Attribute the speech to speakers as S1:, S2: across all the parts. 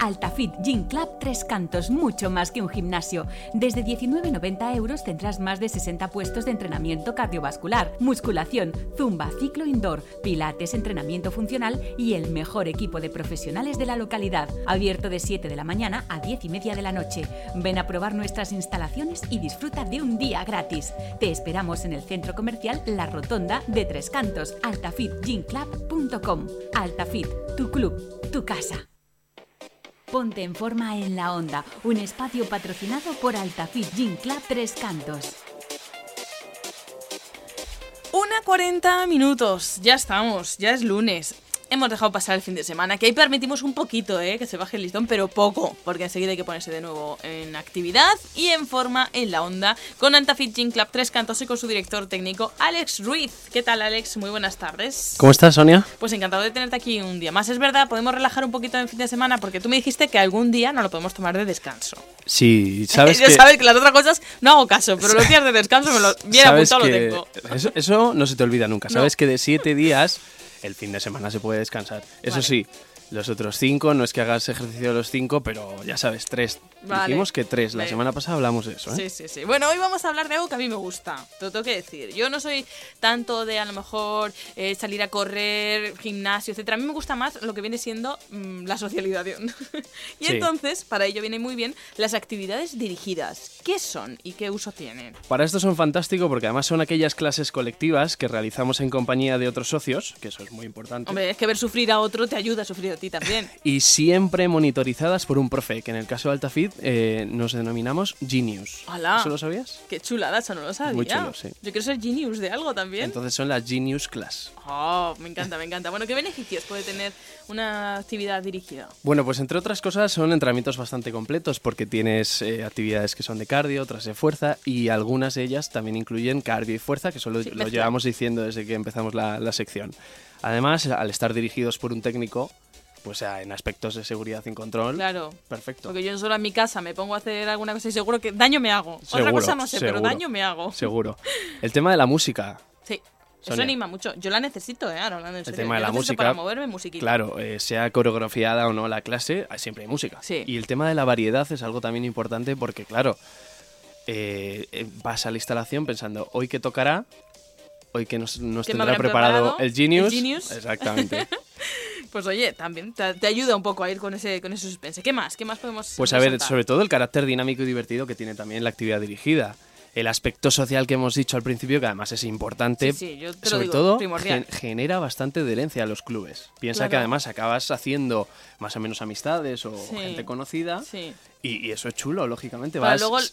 S1: Altafit Gym Club Tres Cantos, mucho más que un gimnasio. Desde 19,90 euros tendrás más de 60 puestos de entrenamiento cardiovascular, musculación, zumba, ciclo indoor, pilates, entrenamiento funcional y el mejor equipo de profesionales de la localidad. Abierto de 7 de la mañana a 10 y media de la noche. Ven a probar nuestras instalaciones y disfruta de un día gratis. Te esperamos en el centro comercial La Rotonda de Tres Cantos, altafitgymclub.com. Altafit, tu club, tu casa. Ponte en forma en la onda, un espacio patrocinado por Altafit Gym Club Tres Cantos.
S2: Una 40 minutos, ya estamos, ya es lunes. Hemos dejado pasar el fin de semana, que ahí permitimos un poquito, ¿eh? que se baje el listón, pero poco, porque enseguida hay que ponerse de nuevo en actividad y en forma en la onda con Altafit Gym Club Tres Cantos y con su director técnico Alex Ruiz. ¿Qué tal, Alex? Muy buenas tardes.
S3: ¿Cómo estás, Sonia?
S2: Pues encantado de tenerte aquí un día más. Es verdad, podemos relajar un poquito en fin de semana porque tú me dijiste que algún día no lo podemos tomar de descanso.
S3: Sí, sabes
S2: ya
S3: que...
S2: sabes que las otras cosas no hago caso, pero los días de descanso me lo bien
S3: sabes
S2: apuntado
S3: que-
S2: lo tengo.
S3: Eso, eso no se te olvida nunca. Sabes que de siete días, el fin de semana se puede descansar. Eso
S2: Vale.
S3: sí, los otros cinco, no es que hagas ejercicio los cinco, pero ya sabes, tres.
S2: Vale.
S3: Dijimos que tres. La
S2: Venga.
S3: semana pasada hablamos de eso,
S2: Sí,
S3: ¿eh?
S2: sí, sí. Bueno, hoy vamos a hablar de algo que a mí me gusta, te lo tengo que decir. Yo no soy tanto de a lo mejor eh, salir a correr, gimnasio, etcétera. A mí me gusta más lo que viene siendo mm, la socialización. y
S3: Sí.
S2: entonces, para ello vienen muy bien las actividades dirigidas. ¿Qué son y qué uso tienen?
S3: Para esto son fantásticos porque además son aquellas clases colectivas que realizamos en compañía de otros socios, que eso es muy importante.
S2: Hombre, es que ver sufrir a otro te ayuda a sufrir a ti también.
S3: Y siempre monitorizadas por un profe, que en el caso de Altafit eh, nos denominamos Genius.
S2: ¡Hala!
S3: ¿Eso lo sabías?
S2: Qué chulada, eso no lo sabía.
S3: Muy chulo, sí.
S2: Yo quiero ser genius de algo también.
S3: Entonces son las Genius Class.
S2: Oh, me encanta, me encanta. Bueno, ¿qué beneficios puede tener una actividad dirigida?
S3: Bueno, pues entre otras cosas son entrenamientos bastante completos porque tienes eh, actividades que son de cardio, otras de fuerza y algunas de ellas también incluyen cardio y fuerza, que eso lo,
S2: Sí,
S3: lo
S2: mezcla.
S3: llevamos diciendo desde que empezamos la, la sección. Además, al estar dirigidos por un técnico, pues ah, en aspectos de seguridad y control,
S2: Claro.
S3: perfecto.
S2: Porque yo solo en mi casa me pongo a hacer alguna cosa y seguro que daño me hago. Otra
S3: Seguro,
S2: cosa no sé, pero
S3: seguro.
S2: daño me hago.
S3: Seguro. El tema de la música.
S2: Sí. Eso
S3: Sonia.
S2: anima mucho. Yo la necesito, ¿eh? Ahora hablando en
S3: El
S2: serio.
S3: tema de
S2: Yo
S3: la
S2: necesito
S3: música.
S2: Para moverme, musiquita.
S3: Claro, eh, sea coreografiada o no la clase, ah, siempre hay música.
S2: Sí.
S3: Y el tema de la variedad es algo también importante porque, claro, eh, eh, vas a la instalación pensando, hoy qué tocará, hoy qué nos, nos
S2: ¿Qué me
S3: tendrá
S2: habrán
S3: preparado,
S2: preparado?
S3: el Genius.
S2: El Genius.
S3: Exactamente.
S2: Pues oye, también te, te ayuda un poco a ir con ese, con ese suspense. ¿Qué más? ¿Qué más podemos
S3: Pues a ver,
S2: resaltar?
S3: sobre todo el carácter dinámico y divertido que tiene también la actividad dirigida. El aspecto social que hemos dicho al principio, que además es importante,
S2: Sí, sí, yo te lo
S3: sobre
S2: digo,
S3: todo
S2: primordial.
S3: gen- genera bastante adherencia a los clubes. Piensa que
S2: Claro.
S3: además acabas haciendo más o menos amistades o
S2: Sí.
S3: gente conocida.
S2: Sí.
S3: Y, y eso es chulo, lógicamente.
S2: Para
S3: vas-
S2: luego, eh,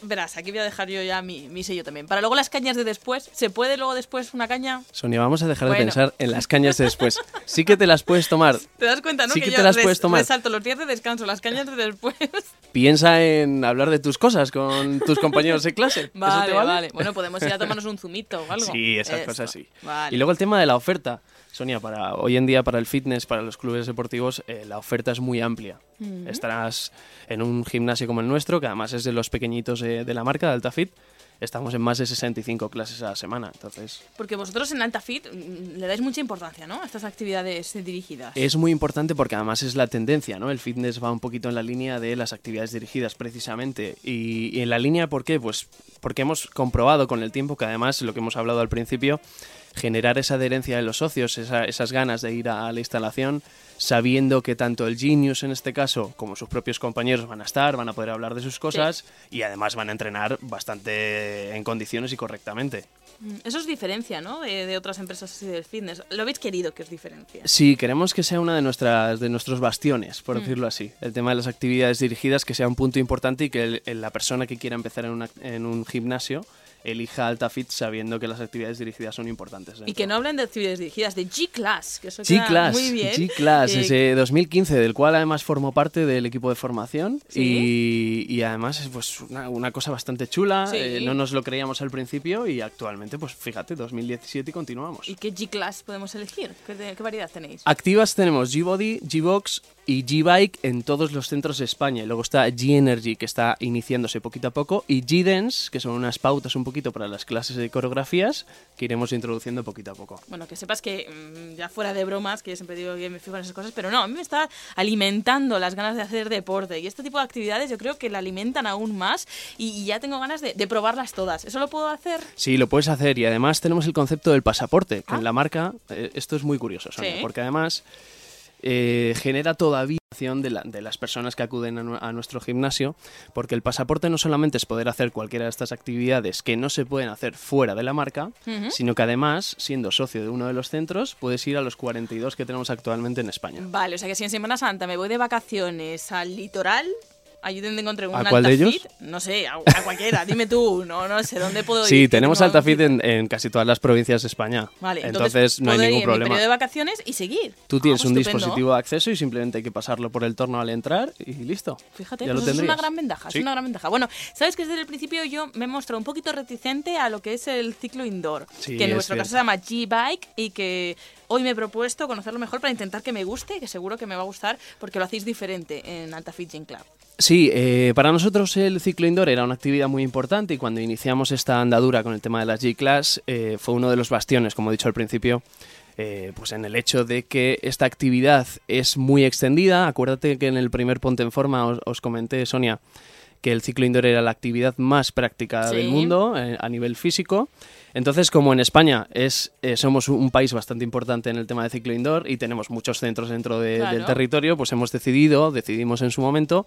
S2: verás, aquí voy a dejar yo ya mi, mi sello también. Para luego las cañas de después, ¿se puede luego después una caña?
S3: Sonia, vamos a dejar
S2: Bueno.
S3: de pensar en las cañas de después. Sí que te las puedes tomar.
S2: ¿Te das cuenta, no?
S3: Sí que
S2: yo
S3: te las
S2: res-
S3: puedes tomar.
S2: resalto los días de descanso, las cañas de después.
S3: Piensa en hablar de tus cosas con tus compañeros de clase. ¿Eso te
S2: vale, vale, Bueno, podemos ir a tomarnos un zumito o algo.
S3: Sí, esas
S2: Eso.
S3: cosas sí.
S2: Vale.
S3: Y luego el tema de la oferta. Sonia, para hoy en día para el fitness, para los clubes deportivos, eh, la oferta es muy amplia.
S2: Mm.
S3: Estarás en un gimnasio como el nuestro, que además es de los pequeñitos eh, de la marca, de AltaFit. Estamos en más de 65 clases a la semana, entonces...
S2: Porque vosotros en AltaFit mm, le dais mucha importancia, ¿no? A estas actividades eh, dirigidas.
S3: Es muy importante porque además es la tendencia, ¿no? El fitness va un poquito en la línea de las actividades dirigidas precisamente. Y, y en la línea, ¿por qué? Pues porque hemos comprobado con el tiempo que además, lo que hemos hablado al principio, generar esa adherencia de los socios, esa- esas ganas de ir a, la instalación, sabiendo que tanto el Genius en este caso como sus propios compañeros van a estar, van a poder hablar de sus cosas y además van a entrenar bastante en condiciones y correctamente.
S2: Mm, Eso os diferencia, ¿no? Eh, De, de otras empresas así del fitness. Lo habéis querido que os diferencia.
S3: Sí, queremos que sea una de nuestras de nuestros bastiones,
S2: Mm.
S3: por decirlo así. El tema de las actividades dirigidas, que sea un punto importante y que el- el- la persona que quiera empezar en, una- en un gimnasio elija AltaFit sabiendo que las actividades dirigidas son importantes.
S2: Y que no hablen de actividades dirigidas, de G-Class, que eso queda
S3: G-Class,
S2: muy bien.
S3: G-Class,
S2: Eh,
S3: ese 2015, del cual además formó parte del equipo de formación y, y además es pues una, una cosa bastante chula,
S2: Sí.
S3: eh, no nos lo creíamos al principio y actualmente pues fíjate, 2017 y continuamos.
S2: ¿Y qué G-Class podemos elegir? ¿Qué, te- qué variedad tenéis?
S3: Activas tenemos G-Body, G-Box y G-Bike en todos los centros de España. Y luego está G-Energy, que está iniciándose poquito a poco, y G-Dance, que son unas pautas un poquito para las clases de coreografías que iremos introduciendo poquito a poco.
S2: Bueno, que sepas que mm, ya fuera de bromas, que yo siempre digo que me fijo en esas cosas, pero no, a mí me está alimentando las ganas de hacer deporte y este tipo de actividades yo creo que la alimentan aún más y, y ya tengo ganas de, de probarlas todas. ¿Eso lo puedo hacer?
S3: Sí, lo puedes hacer y además tenemos el concepto del pasaporte. que
S2: Ah.
S3: En la marca, eh, esto es muy curioso, Sonia,
S2: Sí.
S3: porque además eh, genera todavía de, la- de las personas que acuden a, nu- a nuestro gimnasio, porque el pasaporte no solamente es poder hacer cualquiera de estas actividades que no se pueden hacer fuera de la marca,
S2: Ujú.
S3: sino que además, siendo socio de uno de los centros, puedes ir a los 42 que tenemos actualmente en España.
S2: Vale, o sea que si en Semana Santa me voy de vacaciones al litoral, allí donde encontré un
S3: ¿A cuál de
S2: Altafit,
S3: ellos?
S2: No sé, a, a cualquiera, dime tú, no, no sé, ¿dónde puedo ir?
S3: Sí,
S2: Que
S3: tenemos
S2: tengo-
S3: Altafit en, en casi todas las provincias de España.
S2: Vale,
S3: entonces, no hay
S2: puedo
S3: ningún
S2: ir En mi
S3: problema.
S2: periodo de vacaciones y seguir.
S3: Tú tienes
S2: Ah, pues
S3: un
S2: estupendo.
S3: dispositivo de acceso y simplemente hay que pasarlo por el torno al entrar y listo.
S2: Fíjate,
S3: ya
S2: pues eso
S3: lo
S2: es una
S3: tendrías.
S2: gran ventaja,
S3: Sí.
S2: es una gran ventaja. Bueno, sabes que desde el principio yo me he mostrado un poquito reticente a lo que es el ciclo indoor,
S3: Sí,
S2: que en
S3: es
S2: nuestro caso se
S3: cierto.
S2: llama G-Bike y que hoy me he propuesto conocerlo mejor para intentar que me guste, que seguro que me va a gustar porque lo hacéis diferente en Altafit Gym Club.
S3: Sí, eh, para nosotros el ciclo indoor era una actividad muy importante y cuando iniciamos esta andadura con el tema de las G-Class eh, fue uno de los bastiones, como he dicho al principio, eh, pues en el hecho de que esta actividad es muy extendida. Acuérdate que en el primer Ponte en Forma os, os comenté, Sonia, que el ciclo indoor era la actividad más practicada
S2: Sí.
S3: del mundo eh, a nivel físico. Entonces, como en España es, eh, somos un país bastante importante en el tema de ciclo indoor y tenemos muchos centros dentro de-
S2: Claro.
S3: del territorio, pues hemos decidido, decidimos en su momento,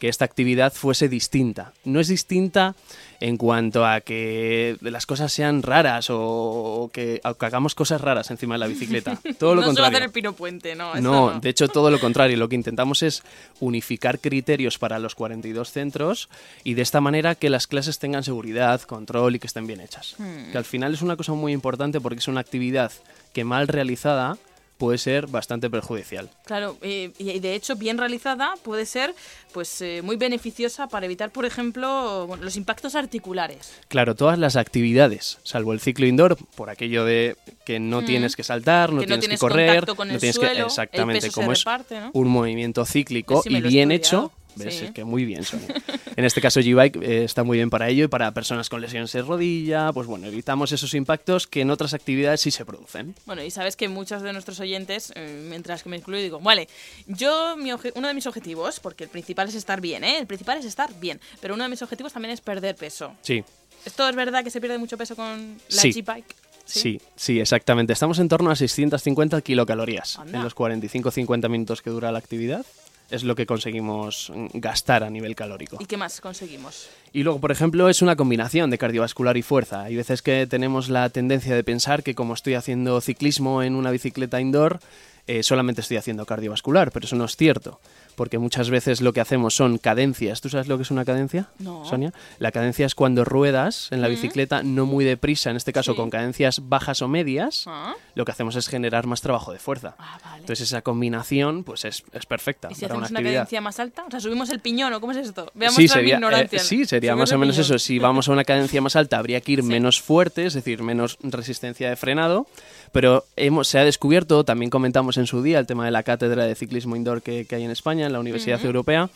S3: que esta actividad fuese distinta. No es distinta en cuanto a que las cosas sean raras o, o que, o que hagamos cosas raras encima de la bicicleta. Todo lo
S2: no se va a
S3: contrario.
S2: hacer el pino puente, no. eso
S3: No, de hecho todo lo contrario, lo que intentamos es unificar criterios para los 42 centros y de esta manera que las clases tengan seguridad, control y que estén bien hechas.
S2: Hmm.
S3: Que al final es una cosa muy importante porque es una actividad que mal realizada puede ser bastante perjudicial.
S2: Claro, eh, y y de hecho bien realizada puede ser pues eh, muy beneficiosa para evitar, por ejemplo, bueno, los impactos articulares.
S3: Claro, todas las actividades, salvo el ciclo indoor, por aquello de que no tienes que saltar, no
S2: Mm. Que no
S3: tienes que
S2: tienes
S3: correr,
S2: contacto con
S3: no
S2: el
S3: tienes
S2: suelo,
S3: que
S2: el
S3: exactamente
S2: peso se
S3: como es
S2: reparte, ¿no?
S3: un movimiento cíclico
S2: Ese me
S3: y
S2: lo he
S3: bien
S2: estudiado,
S3: hecho. ¿Ves?
S2: sí.
S3: Es que muy bien, Sonia. en este caso G-Bike eh, está muy bien para ello y para personas con lesiones de rodilla, pues bueno, evitamos esos impactos que en otras actividades sí se producen.
S2: Bueno, y sabes que muchos de nuestros oyentes, eh, mientras que me incluyo, digo, vale, yo, mi obje- uno de mis objetivos, porque el principal es estar bien, ¿eh? El principal es estar bien, pero uno de mis objetivos también es perder peso.
S3: Sí,
S2: ¿Esto es verdad que se pierde mucho peso con la
S3: Sí.
S2: G-Bike?
S3: Sí, sí, exactamente. Estamos en torno a 650 kilocalorías
S2: Anda.
S3: en los 45-50 minutos que dura la actividad. Es lo que conseguimos mm, gastar a nivel calórico.
S2: ¿Y qué más conseguimos?
S3: Y luego, por ejemplo, es una combinación de cardiovascular y fuerza. Hay veces que tenemos la tendencia de pensar que como estoy haciendo ciclismo en una bicicleta indoor, eh, solamente estoy haciendo cardiovascular, pero eso no es cierto. Porque muchas veces lo que hacemos son cadencias. ¿Tú sabes lo que es una cadencia,
S2: No.
S3: Sonia? La cadencia es cuando ruedas en la bicicleta no muy deprisa, en este caso con cadencias bajas o medias,
S2: Ah.
S3: lo que hacemos es generar más trabajo de fuerza.
S2: Ah, vale.
S3: Entonces esa combinación pues es, es perfecta
S2: ¿Y si
S3: para
S2: hacemos una,
S3: actividad
S2: cadencia más alta? O sea, subimos el piñón o cómo es esto? Veamos
S3: sí,
S2: toda mi
S3: sería, eh,
S2: ignorancia.
S3: sí, sería
S2: Subimos
S3: más o
S2: el
S3: menos
S2: piñón.
S3: eso. Si vamos a una cadencia más alta, habría que ir menos fuerte, es decir, menos resistencia de frenado. Pero hemos, se ha descubierto, también comentamos en su día el tema de la cátedra de ciclismo indoor que, que hay en España, en la Universidad Europea,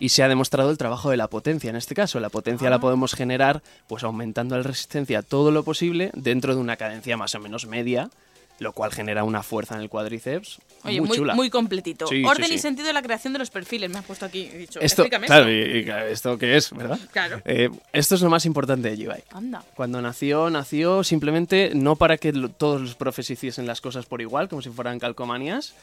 S3: y se ha demostrado el trabajo de la potencia. En este caso, la potencia
S2: Ah.
S3: la podemos generar pues aumentando la resistencia todo lo posible dentro de una cadencia más o menos media, lo cual genera una fuerza en el cuádriceps
S2: Oye,
S3: muy,
S2: muy,
S3: chula.
S2: muy completito.
S3: Sí, sí,
S2: Orden y
S3: sí.
S2: sentido de la creación de los perfiles. Me has puesto aquí. He dicho,
S3: Esto,
S2: explícame
S3: claro,
S2: esto.
S3: y- y claro, esto qué es, ¿verdad?
S2: Claro.
S3: Eh, esto es lo más importante de G-Bike.
S2: Anda.
S3: Cuando nació, nació simplemente no para que lo- todos los profes hiciesen las cosas por igual, como si fueran calcomanías,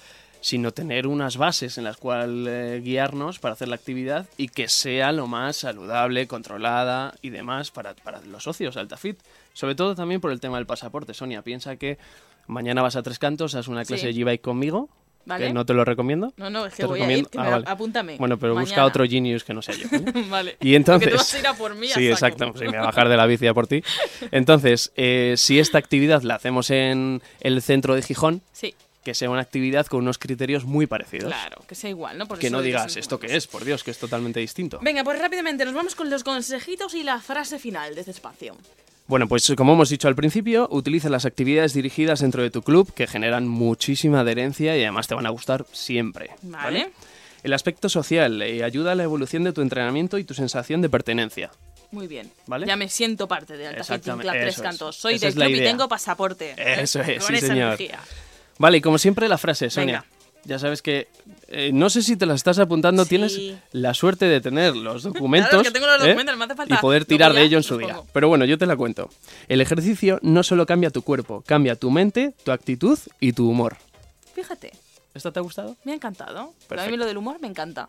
S3: sino tener unas bases en las cuales eh, guiarnos para hacer la actividad y que sea lo más saludable, controlada y demás para, para los socios AltaFit. Sobre todo también por el tema del pasaporte. Sonia, piensa que mañana vas a Tres Cantos, haz una clase
S2: Sí.
S3: de G-Bike conmigo,
S2: Vale.
S3: que no te lo recomiendo.
S2: No, no, es que
S3: Te
S2: voy a ir.
S3: recomiendo-
S2: Que
S3: Ah,
S2: me-
S3: vale.
S2: Apúntame.
S3: Bueno, pero busca
S2: Mañana.
S3: otro genius que no sea yo. ¿eh?
S2: vale.
S3: Y entonces.
S2: Porque tú vas a ir a por mí. a
S3: Sí,
S2: saco.
S3: exacto. Sí, me va a bajar de la bici a por ti. Entonces, eh, si esta actividad la hacemos en el centro de Gijón,
S2: Sí,
S3: que sea una actividad con unos criterios muy parecidos.
S2: claro, que sea igual, ¿no? Por
S3: Que
S2: eso
S3: no
S2: de
S3: digas
S2: son
S3: esto
S2: iguales".
S3: que es, por Dios, que es totalmente distinto.
S2: Venga, pues rápidamente nos vamos con los consejitos y la frase final de este espacio.
S3: Bueno, pues como hemos dicho al principio, utiliza las actividades dirigidas dentro de tu club que generan muchísima adherencia y además te van a gustar siempre.
S2: Vale.
S3: El aspecto social eh, ayuda a la evolución de tu entrenamiento y tu sensación de pertenencia.
S2: Muy bien.
S3: ¿Vale?
S2: Ya me siento parte de Alta Fit Gym
S3: Exactamente,
S2: Club Tres
S3: eso es.
S2: Cantos. Soy
S3: Esa
S2: del
S3: es la
S2: club y
S3: idea.
S2: tengo pasaporte.
S3: Eso es,
S2: Con
S3: sí,
S2: esa
S3: señor.
S2: energía.
S3: Vale, y como siempre la frase, Sonia.
S2: Venga.
S3: Ya sabes que, eh, no sé si te las estás apuntando,
S2: Sí.
S3: tienes la suerte de tener los documentos,
S2: Claro, es que tengo los
S3: ¿eh?
S2: documentos, me hace falta.
S3: y poder
S2: Luego
S3: tirar
S2: ya
S3: de ello en
S2: los
S3: su día.
S2: pongo.
S3: Pero bueno, yo te la cuento. El ejercicio no solo cambia tu cuerpo, cambia tu mente, tu actitud y tu humor.
S2: Fíjate,
S3: ¿Esta te ha gustado?
S2: me ha encantado. Pero a mí
S3: Perfecto.
S2: lo del humor me encanta.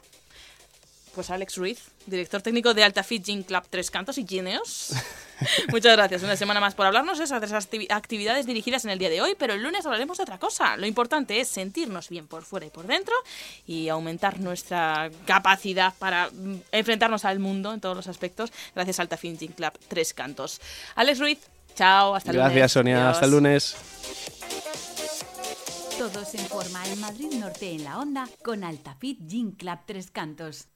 S2: Pues Alex Ruiz, director técnico de Alta Fit Gym Club Tres Cantos y Gineos. Muchas gracias una semana más por hablarnos de esas tres activi- actividades dirigidas en el día de hoy, pero el lunes hablaremos de otra cosa. Lo importante es sentirnos bien por fuera y por dentro y aumentar nuestra capacidad para mm, enfrentarnos al mundo en todos los aspectos gracias a Alta Fit Gym Club Tres Cantos. Alex Ruiz, chao, hasta el lunes.
S3: Gracias, Sonia. Hasta el
S2: Adiós.
S3: lunes.
S1: Todos en forma en Madrid Norte en la Onda con Altafit Gym Club Tres Cantos.